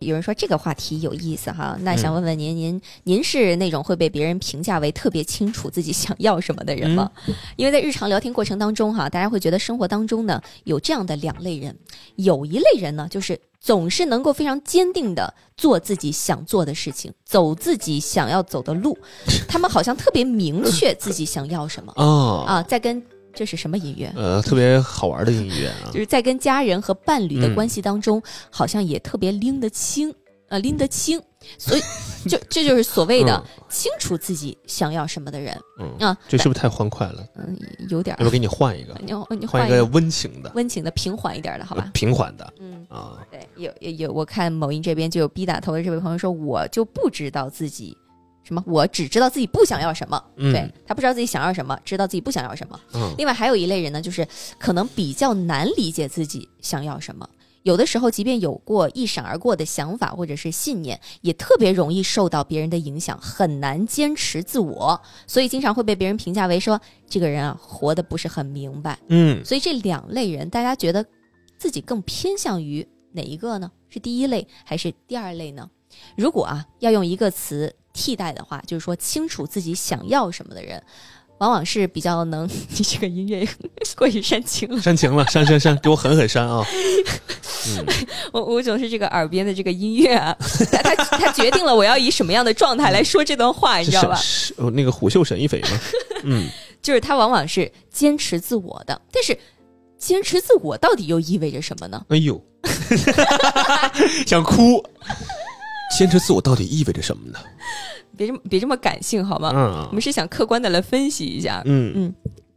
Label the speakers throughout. Speaker 1: 有人说这个话题有意思哈，那想问问您，您您是那种会被别人评价为特别清楚自己想要什么的人吗？因为在日常聊天过程当中哈，大家会觉得生活当中呢有这样的两类人，有一类人呢就是总是能够非常坚定的做自己想做的事情，走自己想要走 的路，他们好像特别明确自己想要什么
Speaker 2: 啊、
Speaker 1: 啊，在跟这是什么音乐？
Speaker 2: 呃，特别好玩的音乐啊
Speaker 1: 就，是在跟家人和伴侣的
Speaker 2: 嗯
Speaker 1: 关系当中，好像也特别拎得清，呃，拎得清，所以就这就是所谓的清楚自己想要什么的人
Speaker 2: 嗯，
Speaker 1: 啊，
Speaker 2: 这嗯是不是太欢快了？
Speaker 1: 嗯，有点
Speaker 2: 要不
Speaker 1: 儿
Speaker 2: 要，给你换一个，
Speaker 1: 你你
Speaker 2: 换
Speaker 1: 嗯换
Speaker 2: 一
Speaker 1: 一
Speaker 2: 个
Speaker 1: 个
Speaker 2: 温情的、呃
Speaker 1: 温情的、平缓一点的，好吧？
Speaker 2: 平缓的
Speaker 1: 嗯，
Speaker 2: 啊？
Speaker 1: 对，有有有，我看某音这边就有 B 打头的这位朋友说，我就不知道自己。什么？我只知道自己不想要什么，
Speaker 2: 嗯
Speaker 1: 对他不知道自己想要什么，知道自己不想要什么。
Speaker 2: 嗯，
Speaker 1: 另外还有一类人呢，就是可能比较难理解自己想要什么。有的时候，即便有过一闪而过的想法或者是信念，也特别容易受到别人的影响，很难坚持自我，所以经常会被别人评价为说这个人啊活得不是很明白。
Speaker 2: 嗯，
Speaker 1: 所以这两类人，大家觉得自己更偏向于哪一个呢？是第一类还是第二类呢？如果啊要用一个词替代的话，就是说清楚自己想要什么的人，往往是比较能。 你这个音乐过于煽情了，
Speaker 2: 煽情了，煽煽煽，给我狠狠煽啊！
Speaker 1: 我我总是这个耳边的这个音乐啊，它它它决定了我要以什么样的状态来说这段话，你
Speaker 2: 这
Speaker 1: 知道
Speaker 2: 沈
Speaker 1: 吧？
Speaker 2: 是呃那个虎嗅沈一 斐吗？嗯，
Speaker 1: 就是他往往是坚持自我的，但是坚持自我到底又意味着什么呢？
Speaker 2: 哎呦， 想哭。坚持自我到底意味着什么呢？
Speaker 1: 别这么别这么感性好吗？我
Speaker 2: 嗯
Speaker 1: 们是想客观的来分析一下，
Speaker 2: 嗯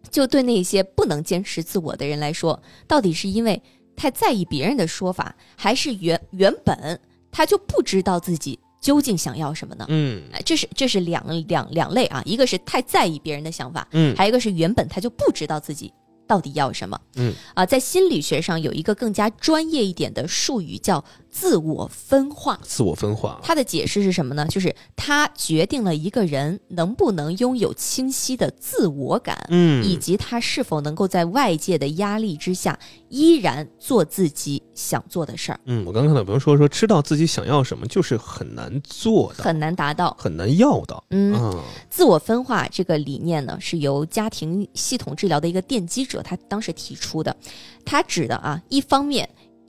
Speaker 1: 就对那些不能坚持自我的人来说，到底是因为太在意别人的说法，还是原原本他就不知道自己究竟想要什么呢？
Speaker 2: 嗯
Speaker 1: 哎这是这是两两两类啊，一个是太在意别人的想法，
Speaker 2: 嗯
Speaker 1: 还有一个是原本他就不知道自己到底要什么。
Speaker 2: 嗯，
Speaker 1: 啊，在心理学上有一个更加专业一点的术语叫自我分化。
Speaker 2: 自我分化。
Speaker 1: 它的解释是什么呢？就是它决定了一个人能不能拥有清晰的自我感，以
Speaker 2: 嗯
Speaker 1: 及他是否能够在外界的压力之下依然做自己想做的事儿，
Speaker 2: 嗯，我刚看到朋友说说，知道自己想要什么，就是很难做到，
Speaker 1: 很难达到。
Speaker 2: 很难要到。
Speaker 1: 嗯，
Speaker 2: 嗯
Speaker 1: 自我分化这个理念呢，是由家庭系统治疗的一个奠基者他当时提出的。他指的啊，一方面，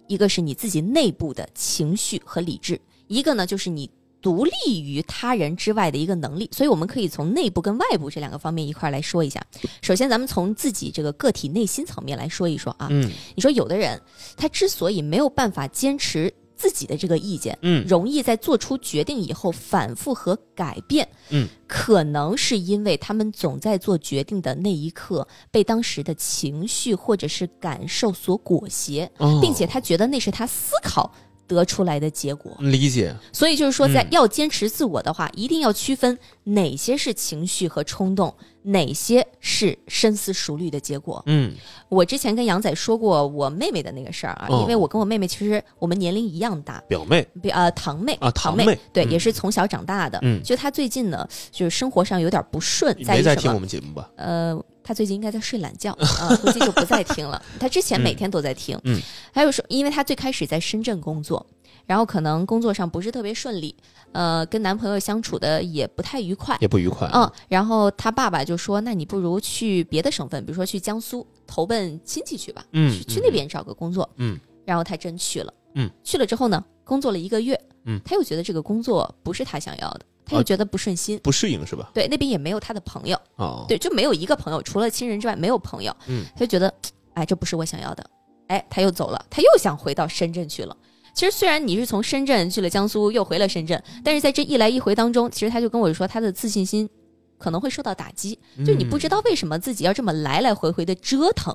Speaker 1: 一个是你自己内部的情绪和理智，一个呢就是你独立于他人之外的一个能力。所以我们可以从内部跟外部这两个方面一块儿来说一下。首先，咱们从自己这个个体内心层面来说一说啊。
Speaker 2: 嗯
Speaker 1: 你说有的人他之所以没有办法坚持自己的这个意见，
Speaker 2: 嗯
Speaker 1: 容易在做出决定以后反复和改变，
Speaker 2: 嗯，
Speaker 1: 可能是因为他们总在做决定的那一刻被当时的情绪或者是感受所裹挟，
Speaker 2: 哦
Speaker 1: 并且他觉得那是他思考。得出来的结果，
Speaker 2: 理解。
Speaker 1: 所以就是说，在
Speaker 2: 嗯
Speaker 1: 要坚持自我的话，一定要区分哪些是情绪和冲动，哪些是深思熟虑的结果。
Speaker 2: 嗯
Speaker 1: 我之前跟杨仔说过我妹妹的那个事儿啊，
Speaker 2: 哦
Speaker 1: 因为我跟我妹妹其实我们年龄一样大，
Speaker 2: 表妹
Speaker 1: 比呃堂妹
Speaker 2: 啊堂
Speaker 1: 堂
Speaker 2: 妹
Speaker 1: 对、
Speaker 2: 嗯
Speaker 1: 也是从小长大的。
Speaker 2: 嗯
Speaker 1: 就她最近呢，就是生活上有点不顺，在
Speaker 2: 没
Speaker 1: 于
Speaker 2: 在
Speaker 1: 什
Speaker 2: 听我
Speaker 1: 么？
Speaker 2: 们节目吧？
Speaker 1: 呃，她最近应该在睡懒觉啊，估计就不再听了。她之前每天都在听，
Speaker 2: 嗯，
Speaker 1: 还有说，因为她最开始在深圳工作。然后可能工作上不是特别顺利，呃，跟男朋友相处的也不太愉快，
Speaker 2: 也不愉快。
Speaker 1: 嗯，然后他爸爸就说：“那你不如去别的省份，比如说去江苏投奔亲戚去吧，
Speaker 2: 嗯
Speaker 1: 去去那边找个工作。”
Speaker 2: 嗯，
Speaker 1: 然后他真去了。
Speaker 2: 嗯，
Speaker 1: 去了之后呢，工作了一个月。
Speaker 2: 嗯，
Speaker 1: 他又觉得这个工作不是他想要的，
Speaker 2: 啊
Speaker 1: 他又觉得不顺心。
Speaker 2: 不适应是吧？
Speaker 1: 对，那边也没有他的朋友，
Speaker 2: 哦，
Speaker 1: 对，就没有一个朋友，除了亲人之外没有朋友。
Speaker 2: 嗯，
Speaker 1: 他就觉得，哎，这不是我想要的。哎，他又走了，他又想回到深圳去了。其实虽然你是从深圳去了江苏，又回了深圳，但是在这一来一回当中，其实他就跟我说，他的自信心可能会受到打击，就
Speaker 2: 嗯
Speaker 1: 你不知道为什么自己要这么来来回回的折腾。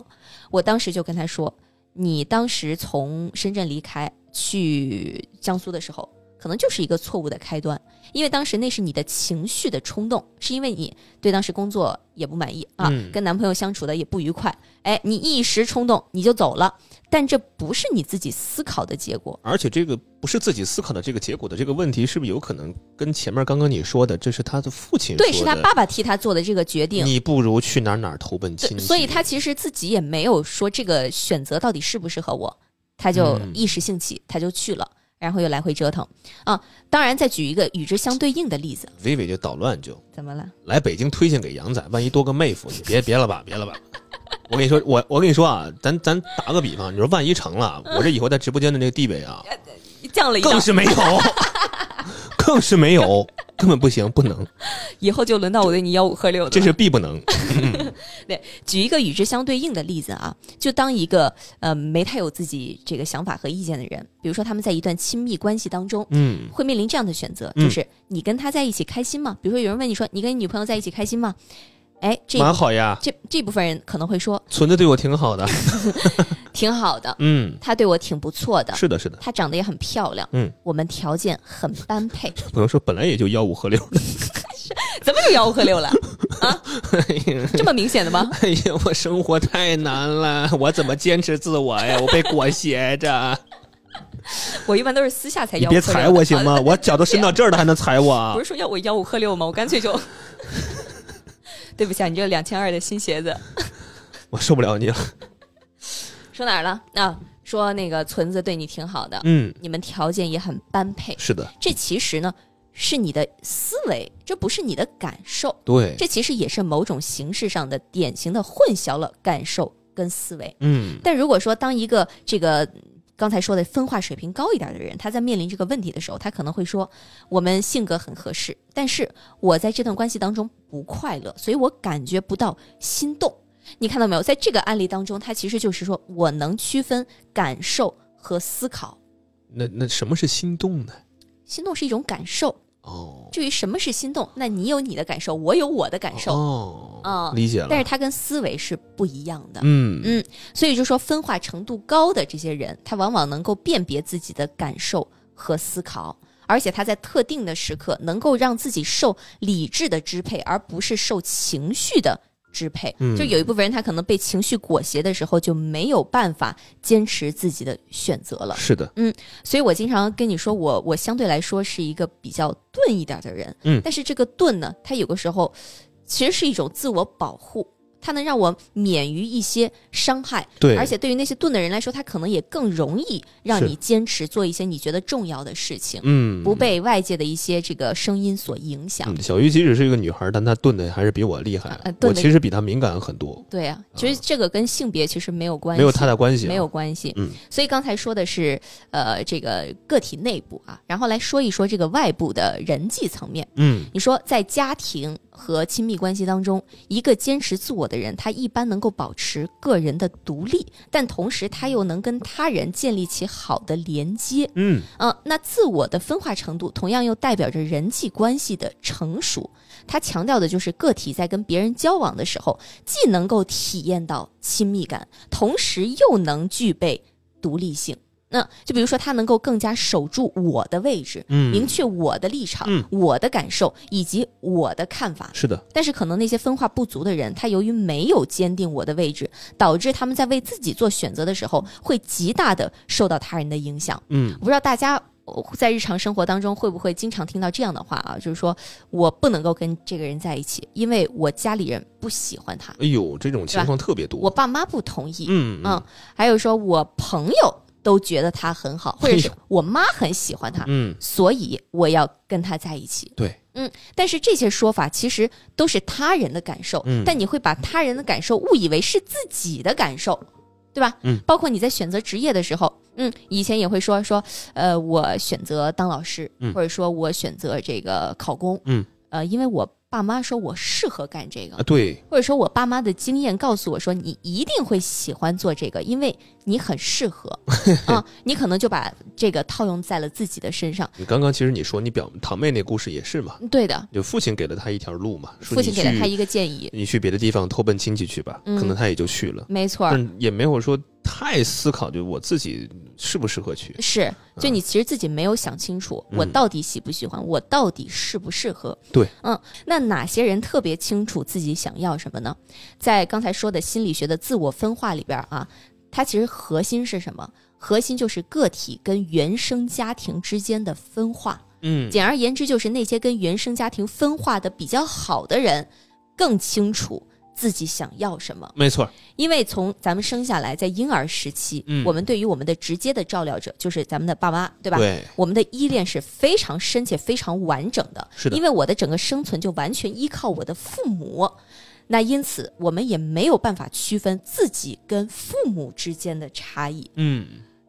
Speaker 1: 我当时就跟他说，你当时从深圳离开去江苏的时候，可能就是一个错误的开端，因为当时那是你的情绪的冲动，是因为你对当时工作也不满意啊，
Speaker 2: 嗯
Speaker 1: 跟男朋友相处的也不愉快，哎，你一时冲动你就走了，但这不是你自己思考的结果。
Speaker 2: 而且这个不是自己思考的这个结果的这个问题，是不是有可能跟前面刚刚你说的，这是他的父亲
Speaker 1: 对，
Speaker 2: 说
Speaker 1: 是他
Speaker 2: 的
Speaker 1: 爸爸替他做的这个决定，
Speaker 2: 你不如去哪儿哪儿投奔亲
Speaker 1: 对，
Speaker 2: 戚，
Speaker 1: 所以他其实自己也没有说这个选择到底适不适合我，他就
Speaker 2: 嗯
Speaker 1: 一时兴起，他就去了，然后又来回折腾啊。当然，再举一个与之相对应的例子，
Speaker 2: 微微就捣乱就。
Speaker 1: 怎么了？
Speaker 2: 来北京推荐给杨仔，万一多个妹夫，你别别了吧，别了吧。我跟你说，我我跟你说啊，咱咱打个比方，你说万一成了，我这以后在直播间的这个地位啊，
Speaker 1: 哎降了一档
Speaker 2: 更，是没有，更是没有，根本不行，不能，
Speaker 1: 以后就轮到我对你吆五喝六的了。
Speaker 2: 这是必不能。
Speaker 1: 举一个与之相对应的例子啊，就当一个呃没太有自己这个想法和意见的人，比如说他们在一段亲密关系当中，
Speaker 2: 嗯
Speaker 1: 会面临这样的选择，
Speaker 2: 嗯
Speaker 1: 就是你跟他在一起开心吗？比如说有人问你说你跟你女朋友在一起开心吗？哎，这
Speaker 2: 蛮好呀，
Speaker 1: 这这部分人可能会说
Speaker 2: 存的对我挺 好的。
Speaker 1: 挺好的，
Speaker 2: 嗯，
Speaker 1: 她对我挺不错的，
Speaker 2: 是的，是的，
Speaker 1: 她长得也很漂亮，
Speaker 2: 嗯，
Speaker 1: 我们条件很般 配，
Speaker 2: 不能说本来也就幺五和六的。
Speaker 1: 怎么就吆五喝六了啊？ 这么明显的吗？
Speaker 2: 哎呀，我生活太难了，我怎么坚持自我呀？我被裹挟着。
Speaker 1: 哎我一般都是私下才
Speaker 2: 你
Speaker 1: 吆五喝六的，
Speaker 2: 别踩我行吗？
Speaker 1: 啊
Speaker 2: 我脚都伸到这儿了，还能踩我啊
Speaker 1: 不？是说要我吆五喝六吗？我干脆就， 对不起啊，你这两千二的新鞋子，
Speaker 2: 我受不了你了。
Speaker 1: 说哪儿了？啊，说那个存子对你挺好的，
Speaker 2: 嗯，
Speaker 1: 你们条件也很般配，
Speaker 2: 是的，
Speaker 1: 这其实呢是你的思维，这不是你的感受。
Speaker 2: 对，
Speaker 1: 这其实也是某种形式上的典型的混淆了感受跟思维。
Speaker 2: 嗯
Speaker 1: 但如果说当一个这个刚才说的分化水平高一点的人，他在面临这个问题的时候，他可能会说：“我们性格很合适，但是我在这段关系当中不快乐，所以我感觉不到心动。”你看到没有？在这个案例当中，他其实就是说我能区分感受和思考。
Speaker 2: 那那什么是心动呢？
Speaker 1: 心动是一种感受。
Speaker 2: 哦，
Speaker 1: 至于什么是心动，那你有你的感受，我有我的感受，
Speaker 2: 哦，
Speaker 1: 嗯
Speaker 2: 理解了。
Speaker 1: 但是它跟思维是不一样的。
Speaker 2: 嗯
Speaker 1: 嗯所以就说分化程度高的这些人，他往往能够辨别自己的感受和思考，而且他在特定的时刻能够让自己受理智的支配，而不是受情绪的支配。
Speaker 2: 嗯
Speaker 1: 就有一部分人，他可能被情绪裹挟的时候，就没有办法坚持自己的选择了。
Speaker 2: 是的，
Speaker 1: 所以我经常跟你说，我我相对来说是一个比较钝一点的人，
Speaker 2: 嗯
Speaker 1: 但是这个钝呢，它有的时候其实是一种自我保护，它能让我免于一些伤害，
Speaker 2: 对，
Speaker 1: 而且对于那些钝的人来说，他可能也更容易让
Speaker 2: 是
Speaker 1: 你坚持做一些你觉得重要的事情，
Speaker 2: 嗯
Speaker 1: 不。被外界的一些这个声音所影响。
Speaker 2: 嗯，小鱼即使是一个女孩，但她钝的还是比我厉害。
Speaker 1: 啊啊钝
Speaker 2: 我
Speaker 1: 得
Speaker 2: 其实比她敏感很多，
Speaker 1: 对啊，其实这个跟性别其实没有关系，
Speaker 2: 嗯没有太大关系、啊。
Speaker 1: 没有，关系。
Speaker 2: 嗯，
Speaker 1: 所以刚才说的是呃这个个体内部啊，然后来说一说这个外部的人际层面。
Speaker 2: 嗯，
Speaker 1: 你说在家庭和亲密关系当中，一个坚持自我的人，他一般能够保持个人的独立，但同时他又能跟他人建立起好的连接。
Speaker 2: 嗯，
Speaker 1: 嗯、那自我的分化程度同样又代表着人际关系的成熟。它强调的就是个体在跟别人交往的时候，既能够体验到亲密感，同时又能具备独立性。那就比如说，他能够更加守住我的位置，
Speaker 2: 嗯
Speaker 1: 明确我的立场、
Speaker 2: 嗯
Speaker 1: 我的感受以及我的看法。
Speaker 2: 是的，
Speaker 1: 但是可能那些分化不足的人，他由于没有坚定我的位置，导致他们在为自己做选择的时候，会极大的受到他人的影响。
Speaker 2: 嗯
Speaker 1: 我不知道大家呃在日常生活当中会不会经常听到这样的话啊，就是说我不能够跟这个人在一起，因为我家里人不喜欢他，
Speaker 2: 哎呦，这种情况特别多。
Speaker 1: 我爸妈不同意，
Speaker 2: 嗯
Speaker 1: 嗯，还有说我朋友都觉得他很好，或者是
Speaker 2: 哎呦
Speaker 1: 我妈很喜欢他，
Speaker 2: 嗯，
Speaker 1: 所以我要跟他在一起。嗯
Speaker 2: 对，
Speaker 1: 但是这些说法其实都是他人的感受，
Speaker 2: 嗯
Speaker 1: 但你会把他人的感受误以为是自己的感受，对吧？
Speaker 2: 嗯，
Speaker 1: 包括你在选择职业的时候，嗯，以前也会说说，呃，我选择当老师，
Speaker 2: 嗯
Speaker 1: 或者说我选择这个考公，
Speaker 2: 嗯，
Speaker 1: 呃，因为我。爸妈说我适合干这个
Speaker 2: 啊，，对，
Speaker 1: 或者说我爸妈的经验告诉我说，你一定会喜欢做这个，因为你很适合 啊，你可能就把这个套用在了自己的身上。
Speaker 2: 你刚刚其实你说你表堂妹那故事也是嘛，
Speaker 1: 对的，
Speaker 2: 就父亲给了她一条路嘛，说
Speaker 1: 父亲
Speaker 2: 你
Speaker 1: 给了
Speaker 2: 去
Speaker 1: 他一个建议，
Speaker 2: 你去别的地方投奔亲戚去吧，
Speaker 1: 嗯
Speaker 2: 可能她也就去了，
Speaker 1: 没错儿，
Speaker 2: 但也没有说太思考，就我自己适不适合去。
Speaker 1: 是，就你其实自己没有想清楚，我
Speaker 2: 嗯
Speaker 1: 到底喜不喜欢，我到底适不适合。
Speaker 2: 对，
Speaker 1: 嗯，那哪些人特别清楚自己想要什么呢？在刚才说的心理学的自我分化里边儿啊，它其实核心是什么？核心就是个体跟原生家庭之间的分化。
Speaker 2: 嗯，
Speaker 1: 简而言之，就是那些跟原生家庭分化的比较好的人，更清楚自己想要什么。
Speaker 2: 没错儿，
Speaker 1: 因为从咱们生下来，在婴儿时期，
Speaker 2: 嗯
Speaker 1: 我们对于我们的直接的照料者就是咱们的爸妈，对吧？
Speaker 2: 对，
Speaker 1: 我们的依恋是非常深且非常完整的，
Speaker 2: 是的
Speaker 1: 因为我的整个生存就完全依靠我的父母，那因此我们也没有办法区分自己跟父母之间的差异。
Speaker 2: 嗯，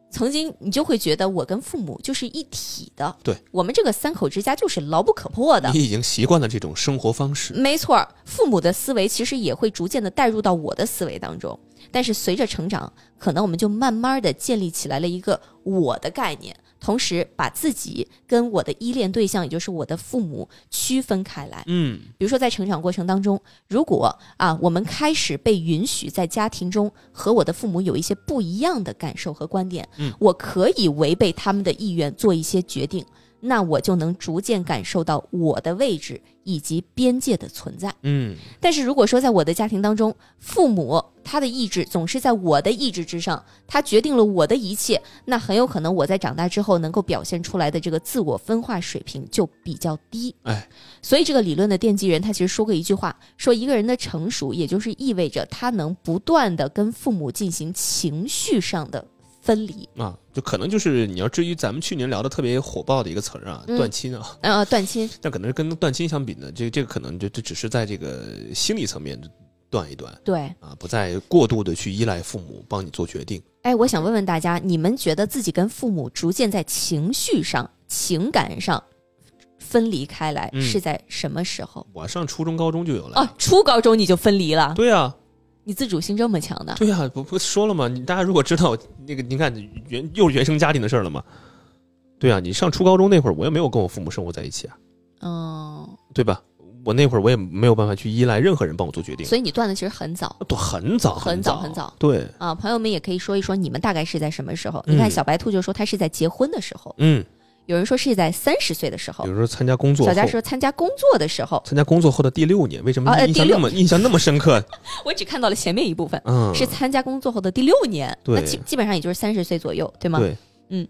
Speaker 1: 曾经你就会觉得我跟父母就是一体的，
Speaker 2: 对
Speaker 1: 我们这个三口之家就是牢不可破的
Speaker 2: 你。已经习惯了这种生活方式，
Speaker 1: 没错儿，父母的思维其实也会逐渐的带入到我的思维当中，但是随着成长，可能我们就慢慢的建立起来了一个我的概念，同时把自己跟我的依恋对象，也就是我的父母区分开来。
Speaker 2: 嗯，
Speaker 1: 比如说，在成长过程当中，如果啊，我们开始被允许在家庭中和我的父母有一些不一样的感受和观点，
Speaker 2: 嗯，
Speaker 1: 我可以违背他们的意愿做一些决定，那我就能逐渐感受到我的位置以及边界的存在。
Speaker 2: 嗯，
Speaker 1: 但是如果说在我的家庭当中，父母他的意志总是在我的意志之上，他决定了我的一切，那很有可能我在长大之后能够表现出来的这个自我分化水平就比较低。
Speaker 2: 哎，
Speaker 1: 所以这个理论的奠基人他其实说过一句话，说一个人的成熟，也就是意味着他能不断的跟父母进行情绪上的分离，
Speaker 2: 啊，就可能就是你要至于咱们去年聊的特别火爆的一个词儿啊，
Speaker 1: 嗯
Speaker 2: 断亲啊，
Speaker 1: 呃，断亲，
Speaker 2: 但可能是跟断亲相比呢，这这个可能就这只是在这个心理层面断一断
Speaker 1: 对。
Speaker 2: 啊，不再过度的去依赖父母帮你做决定。
Speaker 1: 哎，我想问问大家，你们觉得自己跟父母逐渐在情绪上、情感上分离开来，
Speaker 2: 嗯
Speaker 1: 是在什么时候？
Speaker 2: 我上初中、高中就有了
Speaker 1: 哦，，初高中你就分离了，
Speaker 2: 对啊，
Speaker 1: 你自主性这么强的，
Speaker 2: 对呀、不不说了吗？你大家如果知道那个，你看原又是原生家庭的事儿了吗？对啊，你上初高中那会儿，我也没有跟我父母生活在一起啊，
Speaker 1: 嗯，
Speaker 2: 对吧？我那会儿我也没有办法去依赖任何人帮我做决定，
Speaker 1: 所以你断的其实很早
Speaker 2: 都很早
Speaker 1: 很
Speaker 2: 早
Speaker 1: 早很早
Speaker 2: 对，
Speaker 1: 啊。朋友们也可以说一说你们大概是在什么时候？
Speaker 2: 嗯
Speaker 1: 你看小白兔就说他是在结婚的时候，
Speaker 2: 嗯，
Speaker 1: 有人说是在三十岁的时
Speaker 2: 比
Speaker 1: 候，
Speaker 2: 如说参加工作后，
Speaker 1: 小佳说参加工作的 时候，
Speaker 2: 参加工作后的第六年，为什么
Speaker 1: 哦哎
Speaker 2: 印象那么、印象那么深刻？
Speaker 1: 我只看到了前面一部分，
Speaker 2: 嗯，
Speaker 1: 是参加工作后的第六年，
Speaker 2: 对
Speaker 1: 那基基本上也就是三十岁左右，对吗？
Speaker 2: 对，
Speaker 1: 嗯，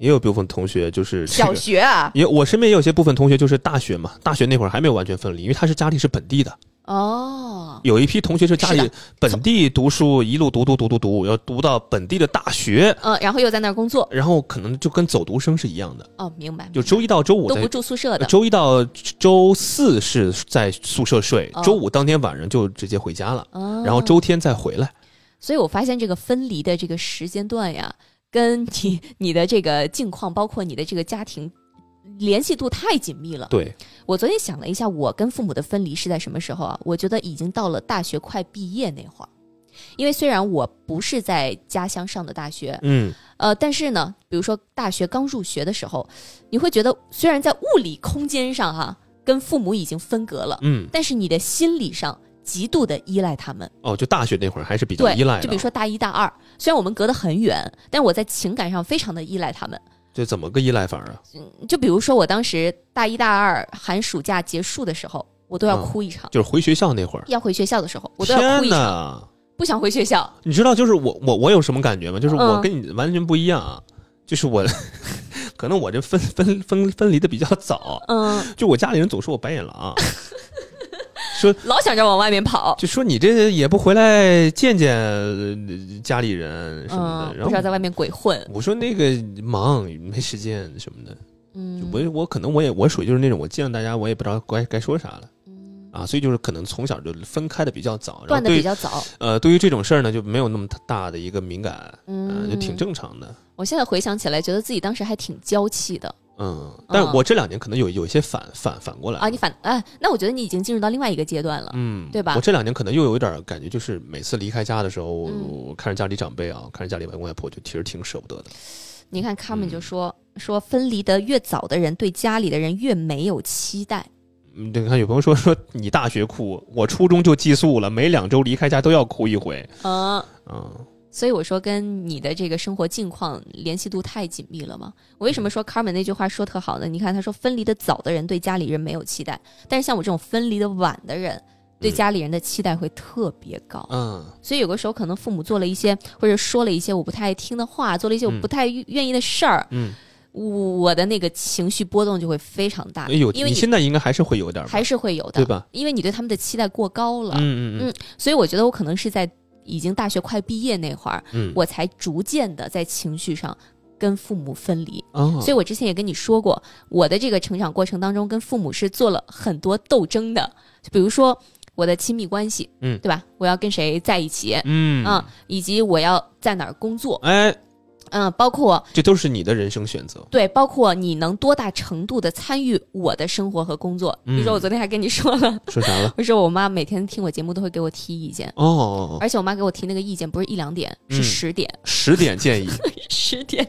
Speaker 2: 也有部分同学就是这
Speaker 1: 小
Speaker 2: 个。
Speaker 1: 学啊，
Speaker 2: 也我身边也有些部分同学就是大学嘛，大学那会儿还没有完全分离，因为他是家里是本地的，
Speaker 1: 哦，
Speaker 2: 有一批同学是家
Speaker 1: 是
Speaker 2: 里本地读书，一路读读读读读，要读到本地的大学，
Speaker 1: 嗯，然后又在那儿工作，
Speaker 2: 然后可能就跟走读生是一样的，
Speaker 1: 哦，明白，
Speaker 2: 就周一到周五
Speaker 1: 都不
Speaker 2: 在。呃
Speaker 1: 住宿舍的，
Speaker 2: 周一到周四是在宿舍睡
Speaker 1: 哦，
Speaker 2: 周五当天晚上就直接回家了，
Speaker 1: 哦
Speaker 2: 然后周天再回来。
Speaker 1: 所以我发现这个分离的这个时间段呀，跟你 你的这个境况，包括你的这个家庭。联系度太紧密了。
Speaker 2: 对，
Speaker 1: 我昨天想了一下，我跟父母的分离是在什么时候啊？我觉得已经到了大学快毕业那会儿，因为虽然我不是在家乡上的大学，
Speaker 2: 嗯，
Speaker 1: 呃，但是呢，比如说大学刚入学的时候，你会觉得虽然在物理空间上哈、跟父母已经分隔了，
Speaker 2: 嗯，
Speaker 1: 但是你的心理上极度的依赖他们。
Speaker 2: 哦，就大学那会儿还是比较
Speaker 1: 对，
Speaker 2: 依赖的。
Speaker 1: 就比如说大一大二，虽然我们隔得很远，但我在情感上非常的依赖他们。
Speaker 2: 这怎么个依赖法啊？
Speaker 1: 就比如说我当时大一大二寒暑假结束的时候，我都要
Speaker 2: 嗯
Speaker 1: 哭一场；
Speaker 2: 就是回学校那会儿，
Speaker 1: 要回学校的时候，我都要哭
Speaker 2: 嗯天
Speaker 1: 一场。
Speaker 2: 哪！
Speaker 1: 不想回学校，
Speaker 2: 你知道，就是我我我有什么感觉吗？就是我
Speaker 1: 嗯
Speaker 2: 跟你完全不一样啊，就是我 可能我这分分分分离的比较早，
Speaker 1: 嗯，
Speaker 2: 就我家里人总说我白眼 狼，说
Speaker 1: 老想着往外面跑，
Speaker 2: 就说你这也不回来见见呃家里人什么
Speaker 1: 嗯
Speaker 2: 的，，然
Speaker 1: 不知道
Speaker 2: 后
Speaker 1: 在外面鬼混，
Speaker 2: 我说那个忙没时间什么的，就
Speaker 1: 嗯，
Speaker 2: 我我可能我也我属于就是那种我见到大家我也不知道该该说啥了。啊，所以就是可能从小就分开的比较早，然
Speaker 1: 嗯断
Speaker 2: 后
Speaker 1: 的比
Speaker 2: 对
Speaker 1: 较早，
Speaker 2: 呃，对于这种事儿呢，就没有那么大的一个敏感，啊
Speaker 1: 嗯，
Speaker 2: 就挺。正常的。
Speaker 1: 我现在回想起来，觉得自己当时还挺娇气的，
Speaker 2: 嗯，但我这两年可能有有一些反反反过来
Speaker 1: 啊啊，你反哎，那我觉得你已经进入到另外一个阶段了，
Speaker 2: 嗯，
Speaker 1: 对吧
Speaker 2: 我这两年可能又有一点儿感觉，就是每次离开家的时候，我
Speaker 1: 嗯
Speaker 2: 我看着家里长辈啊，看着家里外公外婆，就其实挺舍不得的。
Speaker 1: 你看他
Speaker 2: 嗯
Speaker 1: 们就说、说分离的越早的人，对家里的人越没有期待。
Speaker 2: 嗯，对，你看有朋友说说你大学哭，我初中就寄宿了，每两周离开家都要哭一回。
Speaker 1: 嗯、
Speaker 2: 嗯，
Speaker 1: 所以我说跟你的这个生活境况联系度太紧密了嘛。我为
Speaker 2: 嗯
Speaker 1: 什么说 Carmen 那句话说特好呢？你看他说分离的早的人对家里人没有期待，但是像我这种分离的晚的人。对家里人的期待会特别高，
Speaker 2: 嗯，
Speaker 1: 所以有的时候可能父母做了一些或者说了一些我不太爱听的话，做了一些我
Speaker 2: 嗯
Speaker 1: 不太愿意的事儿，
Speaker 2: 嗯，
Speaker 1: 我的那个情绪波动就会非常大，
Speaker 2: 有，
Speaker 1: 因为
Speaker 2: 哎你现在应该还是会有点儿吧，
Speaker 1: 还是会有的，
Speaker 2: 对吧？
Speaker 1: 因为你对他们的期待过高了，
Speaker 2: 嗯嗯
Speaker 1: 所以我觉得我可能是在已经大学快毕业那会儿，
Speaker 2: 嗯，
Speaker 1: 我才逐渐的在情绪上跟父母分离。
Speaker 2: 啊，
Speaker 1: 嗯所以我之前也跟你说过，我的这个成长过程当中，跟父母是做了很多斗争的，就比如说我的亲密关系，
Speaker 2: 嗯
Speaker 1: 对吧？我要跟谁在一起，
Speaker 2: 嗯
Speaker 1: 嗯，以及我要在哪儿工作，
Speaker 2: 哎，
Speaker 1: 嗯，包括
Speaker 2: 这都是你的人生选择。
Speaker 1: 对，包括你能多大程度的参与我的生活和工作。比如说，
Speaker 2: 嗯
Speaker 1: 我昨天还跟你说了，
Speaker 2: 说啥了？
Speaker 1: 我说我妈每天听我节目都会给我提意见，
Speaker 2: 哦，
Speaker 1: 而且我妈给我提那个意见不是一两点，
Speaker 2: 嗯
Speaker 1: 是十点，
Speaker 2: 十点建议，
Speaker 1: 十点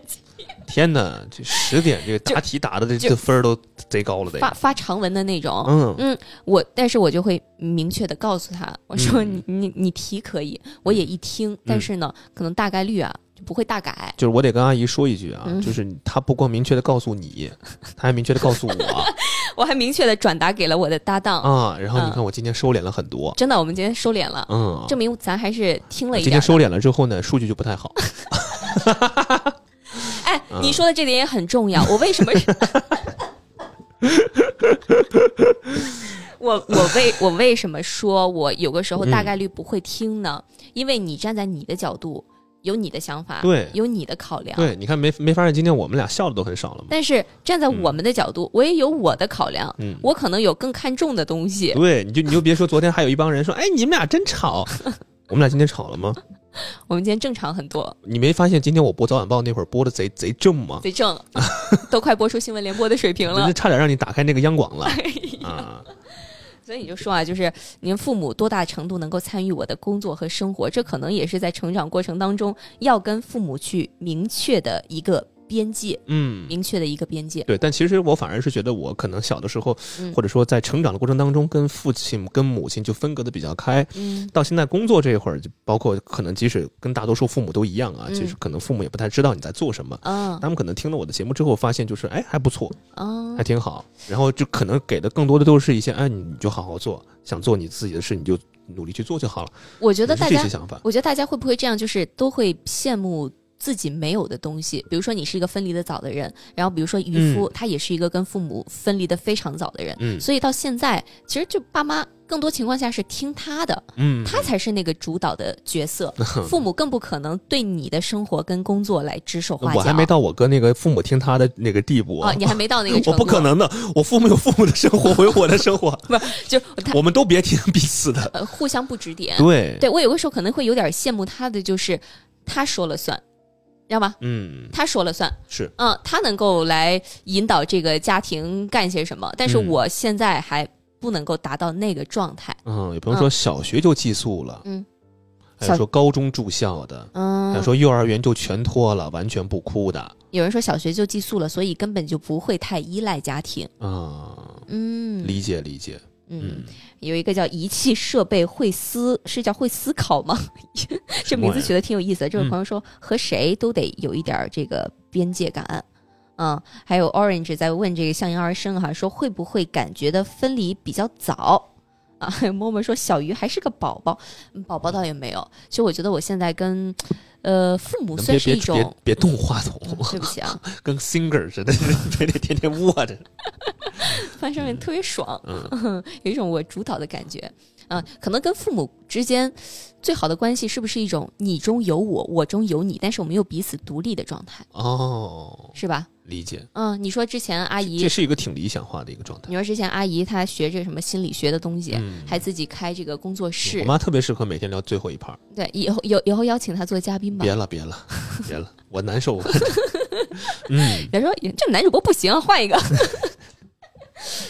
Speaker 2: 天哪，这十点这个答题答的这
Speaker 1: 就
Speaker 2: 这分儿都贼高了得。
Speaker 1: 发发长文的那种。
Speaker 2: 嗯
Speaker 1: 我，但是我就会明确的告诉她，我说
Speaker 2: 嗯嗯
Speaker 1: 你、你你提可以，我也一听，但是呢，可能大概率啊就不会大改。
Speaker 2: 就是我得跟阿姨说一句啊，
Speaker 1: 嗯
Speaker 2: 就是她不光明确的告诉你，她还明确的告 诉我
Speaker 1: 我还明确的转达给了我的搭档，
Speaker 2: 啊。然后你看
Speaker 1: 嗯
Speaker 2: 我今天收敛了很多，
Speaker 1: 真的，我们今天收敛了，
Speaker 2: 嗯，
Speaker 1: 证明咱还是听了
Speaker 2: 我
Speaker 1: 一
Speaker 2: 今
Speaker 1: 点
Speaker 2: 天
Speaker 1: 儿的。
Speaker 2: 收敛了之后呢，数据就不 太好。
Speaker 1: 哎，
Speaker 2: 嗯
Speaker 1: 你说的这点也很重要。我为什么是？ 我我为我为什么说我有个
Speaker 2: 嗯
Speaker 1: 时候大概率不会听呢？因为你站在你的角度，有你的想法，
Speaker 2: 对
Speaker 1: 有你的考量，
Speaker 2: 对，你看没没发现今天我们俩笑的都很少了吗？
Speaker 1: 但是站在我们的角度，我也有我的考量，
Speaker 2: 嗯
Speaker 1: 我可能有更看重的东西。
Speaker 2: 对，你就你就别说昨天还有一帮人说，哎，你们俩真 吵。我们俩今天吵了吗？
Speaker 1: 我们今天正常很多，
Speaker 2: 你没发现今天我播早晚报那会儿播的贼贼正吗？
Speaker 1: 贼正， 都快播出新闻联播的水平
Speaker 2: 人
Speaker 1: 了
Speaker 2: 家。差点让你打开那个央广 了
Speaker 1: 哎呀
Speaker 2: 啊！
Speaker 1: 所以你就说啊，就是您父母多大程度能够参与我的工作和生活，这可能也是在成长过程当中要跟父母去明确的一个边界，
Speaker 2: 嗯，
Speaker 1: 明确的一个边界。
Speaker 2: 对，但其实我反而是觉得，我可能小的时候，
Speaker 1: 嗯
Speaker 2: 或者说在成长的过程当中，跟父亲、跟母亲就分隔的比较开。
Speaker 1: 嗯
Speaker 2: 到现在工作这一会儿，就包括可能即使跟大多数父母都一样啊，
Speaker 1: 嗯
Speaker 2: 其实可能父母也不太知道你在做什么。
Speaker 1: 嗯
Speaker 2: 他们可能听了我的节目之后，发现就是哎还不错，
Speaker 1: 嗯
Speaker 2: 还，挺好，然后就可能给的更多的都是一些哎你就好好做，想做你自己的事你就努力去做就好了。
Speaker 1: 我觉
Speaker 2: 觉
Speaker 1: 得大
Speaker 2: 这
Speaker 1: 家
Speaker 2: 些想法，
Speaker 1: 我觉得大家会不会这样，就是都会羡慕自己没有的东西？比如说你是一个分离的早的人，然后比如说渔夫，
Speaker 2: 嗯
Speaker 1: 他也是一个跟父母分离的非常早的人，
Speaker 2: 嗯
Speaker 1: 所以到现在，其实就爸妈更多情况下是听他的，
Speaker 2: 嗯，
Speaker 1: 他才是那个主导的 角色，父母更不可能对你的生活跟工作来指手画脚。
Speaker 2: 我还没到我哥那个父母听他的那个地步
Speaker 1: 啊，你还没到那个程度，
Speaker 2: 我不可，能的，我父母有父母的生活，我有我的生活，
Speaker 1: 就他
Speaker 2: 我们都别听彼此 的。
Speaker 1: 呃互相不指点。
Speaker 2: 对，
Speaker 1: 对我有的时候可能会有点羡慕他的，就是他说了算，知道吧？
Speaker 2: 嗯，
Speaker 1: 他说了算，
Speaker 2: 是，
Speaker 1: 嗯，他能够来引导这个家庭干些什么，但是
Speaker 2: 嗯
Speaker 1: 我现在还不能够达到那个状态。
Speaker 2: 嗯，有朋友说小学就寄宿了，
Speaker 1: 嗯，
Speaker 2: 还有
Speaker 1: 小
Speaker 2: 说高中住校的，还有
Speaker 1: 嗯，
Speaker 2: 说幼儿园就全脱了，完全不哭的，
Speaker 1: 有人说小学就寄宿了，所以根本就不会太依赖家庭。
Speaker 2: 啊，
Speaker 1: 嗯
Speaker 2: 理解理解，
Speaker 1: 嗯
Speaker 2: 嗯，，
Speaker 1: 有一个叫仪器设备会思，是叫会思考吗？ 这名字取得挺有意思的。这
Speaker 2: 嗯
Speaker 1: 位朋友说，和谁都得有一点儿这个边界感。嗯，还有 Orange 在问这个向阳而生哈，说会不会感觉的分离比较早啊？ 还有默默说小鱼还是个宝宝，嗯宝宝倒也没有。其实我觉得我现在跟呃父母
Speaker 2: 能
Speaker 1: 算
Speaker 2: 别
Speaker 1: 是
Speaker 2: 别
Speaker 1: 一种
Speaker 2: 别，别动话筒，
Speaker 1: 嗯对不起啊，
Speaker 2: 跟 singer 似的， 非得天天握着，
Speaker 1: 翻上面特别爽，
Speaker 2: 嗯
Speaker 1: 有一种我主导的感觉。啊，可能跟父母之间最好的关系是不是一种你中有我，我中有你，但是我们又彼此独立的状态，
Speaker 2: 哦，
Speaker 1: 是吧？
Speaker 2: 理解，
Speaker 1: 嗯，你说之前阿姨
Speaker 2: 这，是一个挺理想化的一个状态。
Speaker 1: 你说之前阿姨她学这什么心理学的东西，
Speaker 2: 嗯
Speaker 1: 还自己开这个工作
Speaker 2: 我
Speaker 1: 室，
Speaker 2: 妈特别适合每天聊最后一盘儿，
Speaker 1: 嗯对，以后有以后邀请她做嘉宾吧
Speaker 2: 别。了别了别了，我难受。嗯，
Speaker 1: 人说这个男主播不行，换一个。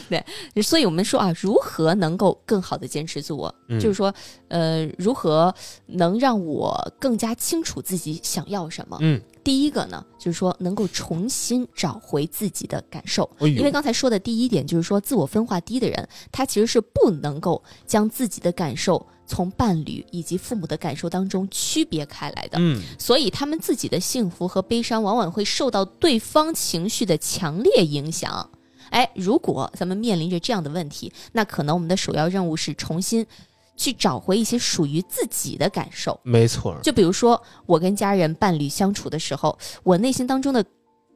Speaker 1: 对，所以我们说啊，如何能够更好的坚持自我，
Speaker 2: 嗯
Speaker 1: 就是说，呃，如何能让我更加清楚自己想要什么。
Speaker 2: 嗯，
Speaker 1: 第一个呢，就是说能够重新找回自己的感受，
Speaker 2: 哎
Speaker 1: 因为
Speaker 2: 呦，
Speaker 1: 刚才说的第一点就是说，自我分化低的人，他其实是不能够将自己的感受从伴侣以及父母的感受当中区别开来的。
Speaker 2: 嗯，
Speaker 1: 所以他们自己的幸福和悲伤往往会受到对方情绪的强烈影响。哎，如果咱们面临着这样的问题，那可能我们的首要任务是重新去找回一些属于自己的感受。
Speaker 2: 没错儿，
Speaker 1: 就比如说，我跟家人、伴侣相处的时候，我内心当中的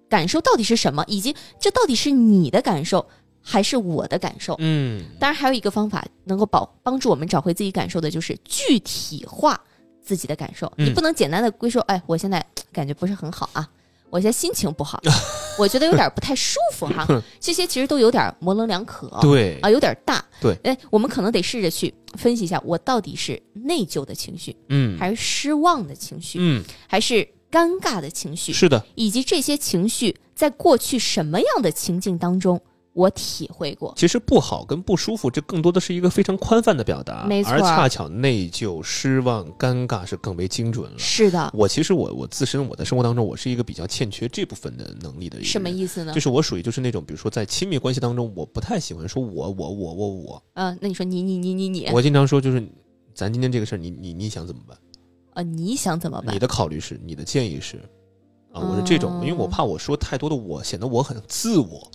Speaker 1: 感受到底是什么，以及这到底是你的感受还是我的感受？
Speaker 2: 嗯，
Speaker 1: 当然，还有一个方法能够保帮助我们找回自己感受的，就是具体化自己的感受。
Speaker 2: 嗯
Speaker 1: 你不能简单的归说，哎，我现在感觉不是很好啊， 我现在心情不好，啊我觉得有点不太舒服 哈，这些其实都有点模棱两可。
Speaker 2: 对，
Speaker 1: 啊，有点大。
Speaker 2: 对，
Speaker 1: 哎，我们可能得试着去分析一下，我到底是内疚的情绪，
Speaker 2: 嗯，
Speaker 1: 还是失望的情绪，
Speaker 2: 嗯，
Speaker 1: 还是尴尬的情绪，
Speaker 2: 是的，
Speaker 1: 以及这些情绪在过去什么样的情境当中我体会过。
Speaker 2: 其实不好跟不舒服，这更多的是一个非常宽泛的表达，
Speaker 1: 没错
Speaker 2: 而恰巧内疚、失望、尴尬是更为精准了。
Speaker 1: 是的，
Speaker 2: 我其实我我自身我在生活当中，我是一个比较欠缺这部分的能力的一个人。
Speaker 1: 什么意思呢
Speaker 2: 就？是我属于就是那种，比如说在亲密关系当中，我不太喜欢说我我我我我，
Speaker 1: 嗯、那你说你你你你你，
Speaker 2: 我经常说就是，咱今天这个事儿，你你你想怎么办？
Speaker 1: 呃，你想怎么办哦
Speaker 2: 你？的考虑是，你的建议是，啊，我是这种，因为我怕我说太多的我，显得我很自我。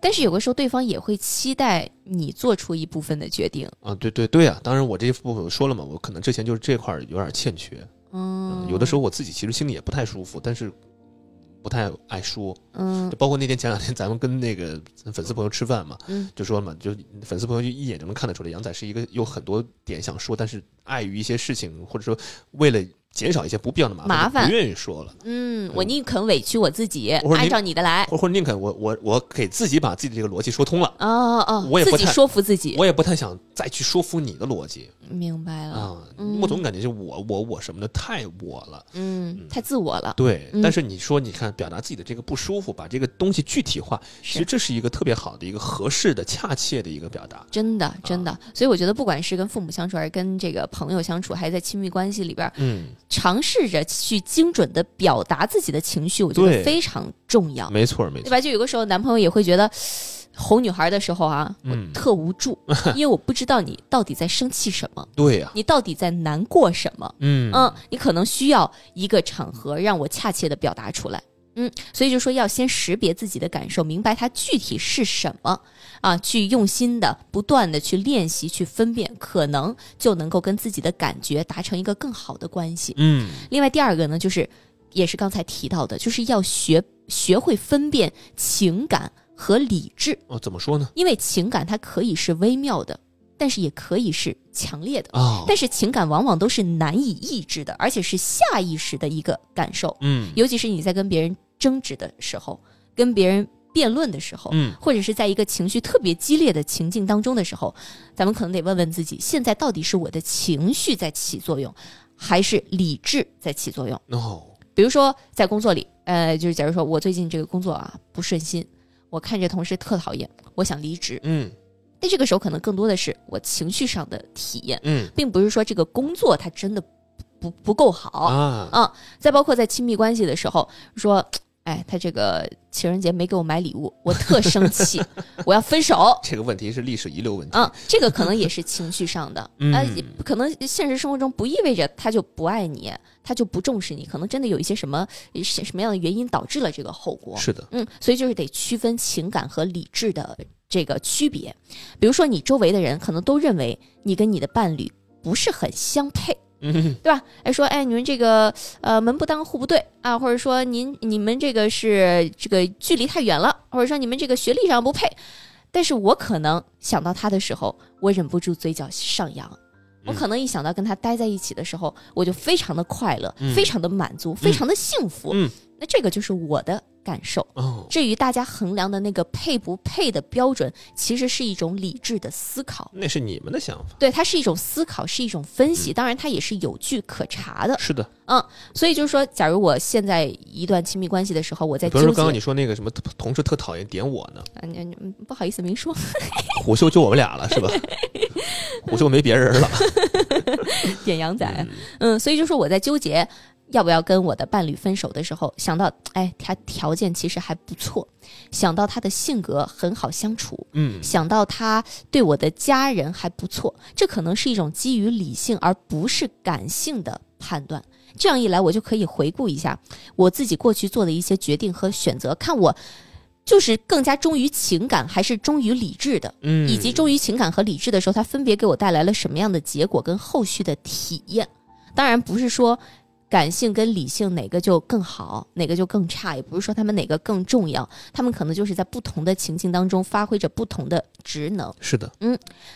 Speaker 1: 但是有的时候对方也会期待你做出一部分的决定。
Speaker 2: 啊，对对对啊！当然，我这部分我说了嘛，我可能之前就是这块儿有点欠缺，
Speaker 1: 嗯
Speaker 2: 嗯，，有的时
Speaker 1: 候，
Speaker 2: 候我自己其实心里也不太舒服，但是不太爱说。
Speaker 1: 嗯
Speaker 2: 就包括那天前两天咱们跟那个粉丝朋友吃饭嘛，
Speaker 1: 嗯
Speaker 2: 就说嘛，就粉丝朋友就一眼就能看得出来，杨仔是一个有很多点想说，但是碍于一些事情，或者说为了减少一些不必要的麻烦，
Speaker 1: 麻烦
Speaker 2: 就不愿意说了，
Speaker 1: 嗯，我宁肯委屈我自己，
Speaker 2: 我说你
Speaker 1: 按照你的来。
Speaker 2: 或或者宁肯我我我给自己把自己这个逻辑说通了，
Speaker 1: 哦哦哦，
Speaker 2: 我也不
Speaker 1: 自己
Speaker 2: 太
Speaker 1: 说服自己，
Speaker 2: 我也不太想再去说服你的逻辑
Speaker 1: 明白了。
Speaker 2: 啊，
Speaker 1: 嗯
Speaker 2: 我总感觉就我我我什么的太我了。
Speaker 1: 嗯，太自我了。
Speaker 2: 对，
Speaker 1: 嗯
Speaker 2: 但是你说，你看表达自己的这个不舒服，把这个东西具体化，其实这是一个特别好的一个合适的、恰切的一个表达。
Speaker 1: 真的，真的，所以我觉得，不管是跟父母相处，还是跟这个朋友相处，还是在亲密关系里边，
Speaker 2: 嗯，
Speaker 1: 尝试着去精准的表达自己的情绪，我觉得
Speaker 2: 对
Speaker 1: 非常重要，
Speaker 2: 没错，没
Speaker 1: 对
Speaker 2: 错。
Speaker 1: 吧？就有的时候，男朋友也会觉得哄女孩的时候啊，我
Speaker 2: 嗯
Speaker 1: 特无助，因为我不知道你到底在生气什么，
Speaker 2: 对呀、
Speaker 1: 你到底在难过什么。
Speaker 2: 嗯
Speaker 1: 嗯，你可能需要一个场合让我恰切的表达出来。嗯，所以就说要先识别自己的感受，明白它具体是什么啊，去用心的、不断的去练习、去分辨，可能就能够跟自己的感觉达成一个更好的关系。
Speaker 2: 嗯，
Speaker 1: 另外，第二个呢，就是也是刚才提到的，就是要学学会分辨情感和理智，
Speaker 2: 哦，怎么说呢？
Speaker 1: 因为情感它可以是微妙的，但是也可以是强烈的。
Speaker 2: 啊、
Speaker 1: 但是情感往往都是难以抑制的，而且是下意识的一个感受，
Speaker 2: 嗯
Speaker 1: 尤其是你在跟别人争执的时候，跟别人辩论的时候。
Speaker 2: 嗯，
Speaker 1: 或者是在一个情绪特别激烈的情境当中的时候，咱们可能得问问自己，现在到底是我的情绪在起作用，还是理智在起作用？
Speaker 2: 哦，
Speaker 1: 比如说在工作里，呃，就是假如说我最近这个工作啊不顺心，我看这同事特讨厌，我想离职，
Speaker 2: 嗯
Speaker 1: 但这个时候可能更多的是我情绪上的体验。
Speaker 2: 嗯
Speaker 1: 并不是说这个工作它真的不不不够好。
Speaker 2: 啊，
Speaker 1: 再包括在亲密关系的时候，说，哎，他这个情人节没给我买礼物，我特生气，我要分手。
Speaker 2: 这个问题是历史遗留问题。
Speaker 1: 嗯，这个可能也是情绪上的，
Speaker 2: 嗯
Speaker 1: 啊，也可能现实生活中不意味着他就不爱你，他就不重视你，可能真的有一些什么什什么样的原因导致了这个后果。
Speaker 2: 是的，
Speaker 1: 嗯，所以就是得区分情感和理智的这个区别。比如说，你周围的人可能都认为你跟你的伴侣不是很相配，
Speaker 2: 嗯
Speaker 1: 对吧？哎，说哎，你们这个呃门不当户不对啊，或者说您你们这个是这个距离太远了，或者说你们这个学历上不配。但是我可能想到他的时候，我忍不住嘴角上扬。
Speaker 2: 嗯
Speaker 1: 我可能一想到跟他待在一起的时候，我就非常的快乐，
Speaker 2: 嗯
Speaker 1: 非常的满足，非常的幸福。
Speaker 2: 嗯
Speaker 1: 那这个就是我的感受。
Speaker 2: 哦，
Speaker 1: 至于大家衡量的那个配不配的标准，其实是一种理智的思考。
Speaker 2: 那是你们的想法。
Speaker 1: 对，它是一种思考，是一种分
Speaker 2: 嗯
Speaker 1: 析，当然它也是有据可查的。
Speaker 2: 是的，
Speaker 1: 所以就是说，假如我现在一段亲密关系的时候，我在
Speaker 2: 比
Speaker 1: 纠
Speaker 2: 如
Speaker 1: 结，
Speaker 2: 说刚刚你说那个什么同事特讨厌点我呢，
Speaker 1: 嗯嗯嗯不好意思明说，
Speaker 2: 虎嗅就我们俩了是 吧？虎嗅没别人了。
Speaker 1: 点羊仔，
Speaker 2: 嗯
Speaker 1: 嗯，所以就说我在纠结要不要跟我的伴侣分手的时候，想到哎，他条件其实还不错，想到他的性格很好相处，
Speaker 2: 嗯，
Speaker 1: 想到他对我的家人还不错，这可能是一种基于理性而不是感性的判断。这样一来，我就可以回顾一下我自己过去做的一些决定和选择，看我就是更加忠于情感还是忠于理智的。
Speaker 2: 嗯
Speaker 1: 以及忠于情感和理智的时候，它分别给我带来了什么样的结果跟后续的体验。当然不是说感性跟理性哪个就更好，哪个就更差，也不是说他们哪个更重要，他们可能就是在不同的情境当中发挥着不同的职能。
Speaker 2: 是的，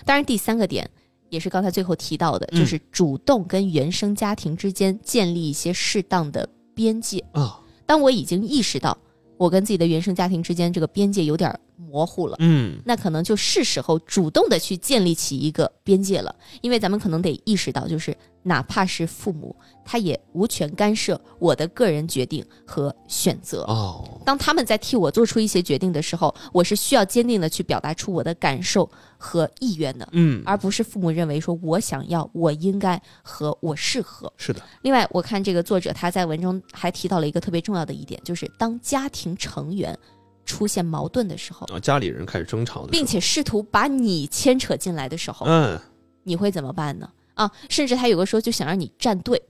Speaker 1: 当然，第三个点也是刚才最后提到的，
Speaker 2: 嗯
Speaker 1: 就是主动跟原生家庭之间建立一些适当的边界。
Speaker 2: 啊，
Speaker 1: 当我已经意识到我跟自己的原生家庭之间这个边界有点儿模糊了。
Speaker 2: 嗯，
Speaker 1: 那可能就是时候主动的去建立起一个边界了，因为咱们可能得意识到，就是哪怕是父母，他也无权干涉我的个人决定和选择。
Speaker 2: 哦，
Speaker 1: 当他们在替我做出一些决定的时候，我是需要坚定的去表达出我的感受和意愿的，
Speaker 2: 嗯，
Speaker 1: 而不是父母认为说我想要、我应该和我适合。
Speaker 2: 是的，
Speaker 1: 另外，我看这个作者他在文中还提到了一个特别重要的一点，就是当家庭成员出现矛盾的时候，
Speaker 2: 啊，家里人开始争吵的时候，
Speaker 1: 并且试图把你牵扯进来的时候，
Speaker 2: 嗯，
Speaker 1: 你会怎么办呢？啊，甚至他有个时候就想让你站队，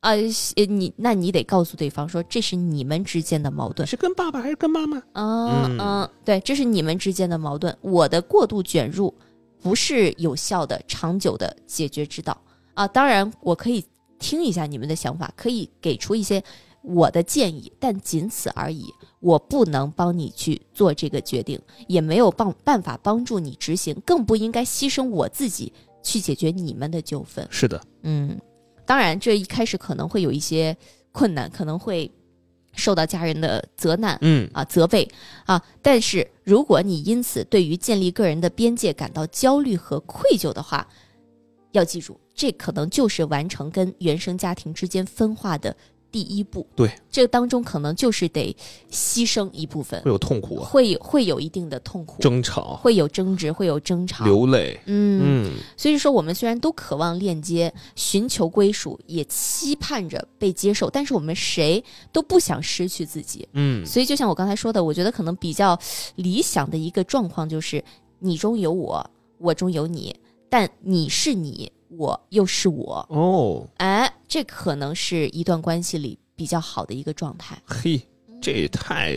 Speaker 1: 啊，呃你那你得告诉对方说这是你们之间的矛盾，
Speaker 2: 是跟爸爸还是跟妈妈？
Speaker 1: 啊
Speaker 2: 嗯
Speaker 1: 嗯、对，这是你们之间的矛盾，我的过度卷入不是有效的、长久的解决之道啊。当然，我可以听一下你们的想法，可以给出一些我的建议，但仅此而已。我不能帮你去做这个决定，也没有帮办法帮助你执行，更不应该牺牲我自己去解决你们的纠纷。
Speaker 2: 是的，
Speaker 1: 嗯，当然，这一开始可能会有一些困难，可能会受到家人的责难
Speaker 2: 嗯，
Speaker 1: 啊、责备啊。但是，如果你因此对于建立个人的边界感到焦虑和愧疚的话，要记住，这可能就是完成跟原生家庭之间分化的第一步。
Speaker 2: 对，
Speaker 1: 这当中可能就是得牺牲一部分
Speaker 2: 会，有痛苦啊，
Speaker 1: 会有会有一定的痛苦，
Speaker 2: 争吵、啊
Speaker 1: 会有争执，会有争吵。
Speaker 2: 流泪，
Speaker 1: 嗯
Speaker 2: 嗯，
Speaker 1: 所以说，我们虽然都渴望链接、寻求归属，也期盼着被接受，但是我们谁都不想失去自己。
Speaker 2: 嗯，
Speaker 1: 所以，就像我刚才说的，我觉得可能比较理想的一个状况就是，你中有我，我中有你，但你是你，我又是我。
Speaker 2: 哦，
Speaker 1: 哎，这可能是一段关系里比较好的一个状态。
Speaker 2: 嘿，这也太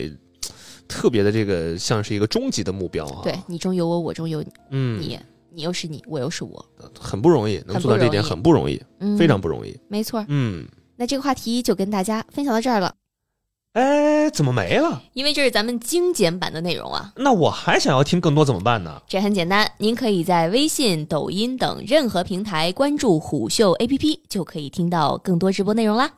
Speaker 2: 特别的，这个像是一个终极的目标啊。
Speaker 1: 对，你中有我，我中有
Speaker 2: 嗯，
Speaker 1: 你，你又是你，我又是我。
Speaker 2: 很不容易，能
Speaker 1: 很
Speaker 2: 做到
Speaker 1: 不
Speaker 2: 这
Speaker 1: 容
Speaker 2: 点
Speaker 1: 易
Speaker 2: 很不容易，
Speaker 1: 嗯，
Speaker 2: 非常不容易。
Speaker 1: 没错儿。
Speaker 2: 嗯，
Speaker 1: 那这个话题就跟大家分享到这儿了，
Speaker 2: 哎，怎么没了？
Speaker 1: 因为这是咱们精简版的内容啊。
Speaker 2: 那我还想要听更多怎么办呢？
Speaker 1: 这很简单，您可以在微信、抖音等任何平台关注虎嗅 APP，就可以听到更多直播内容啦。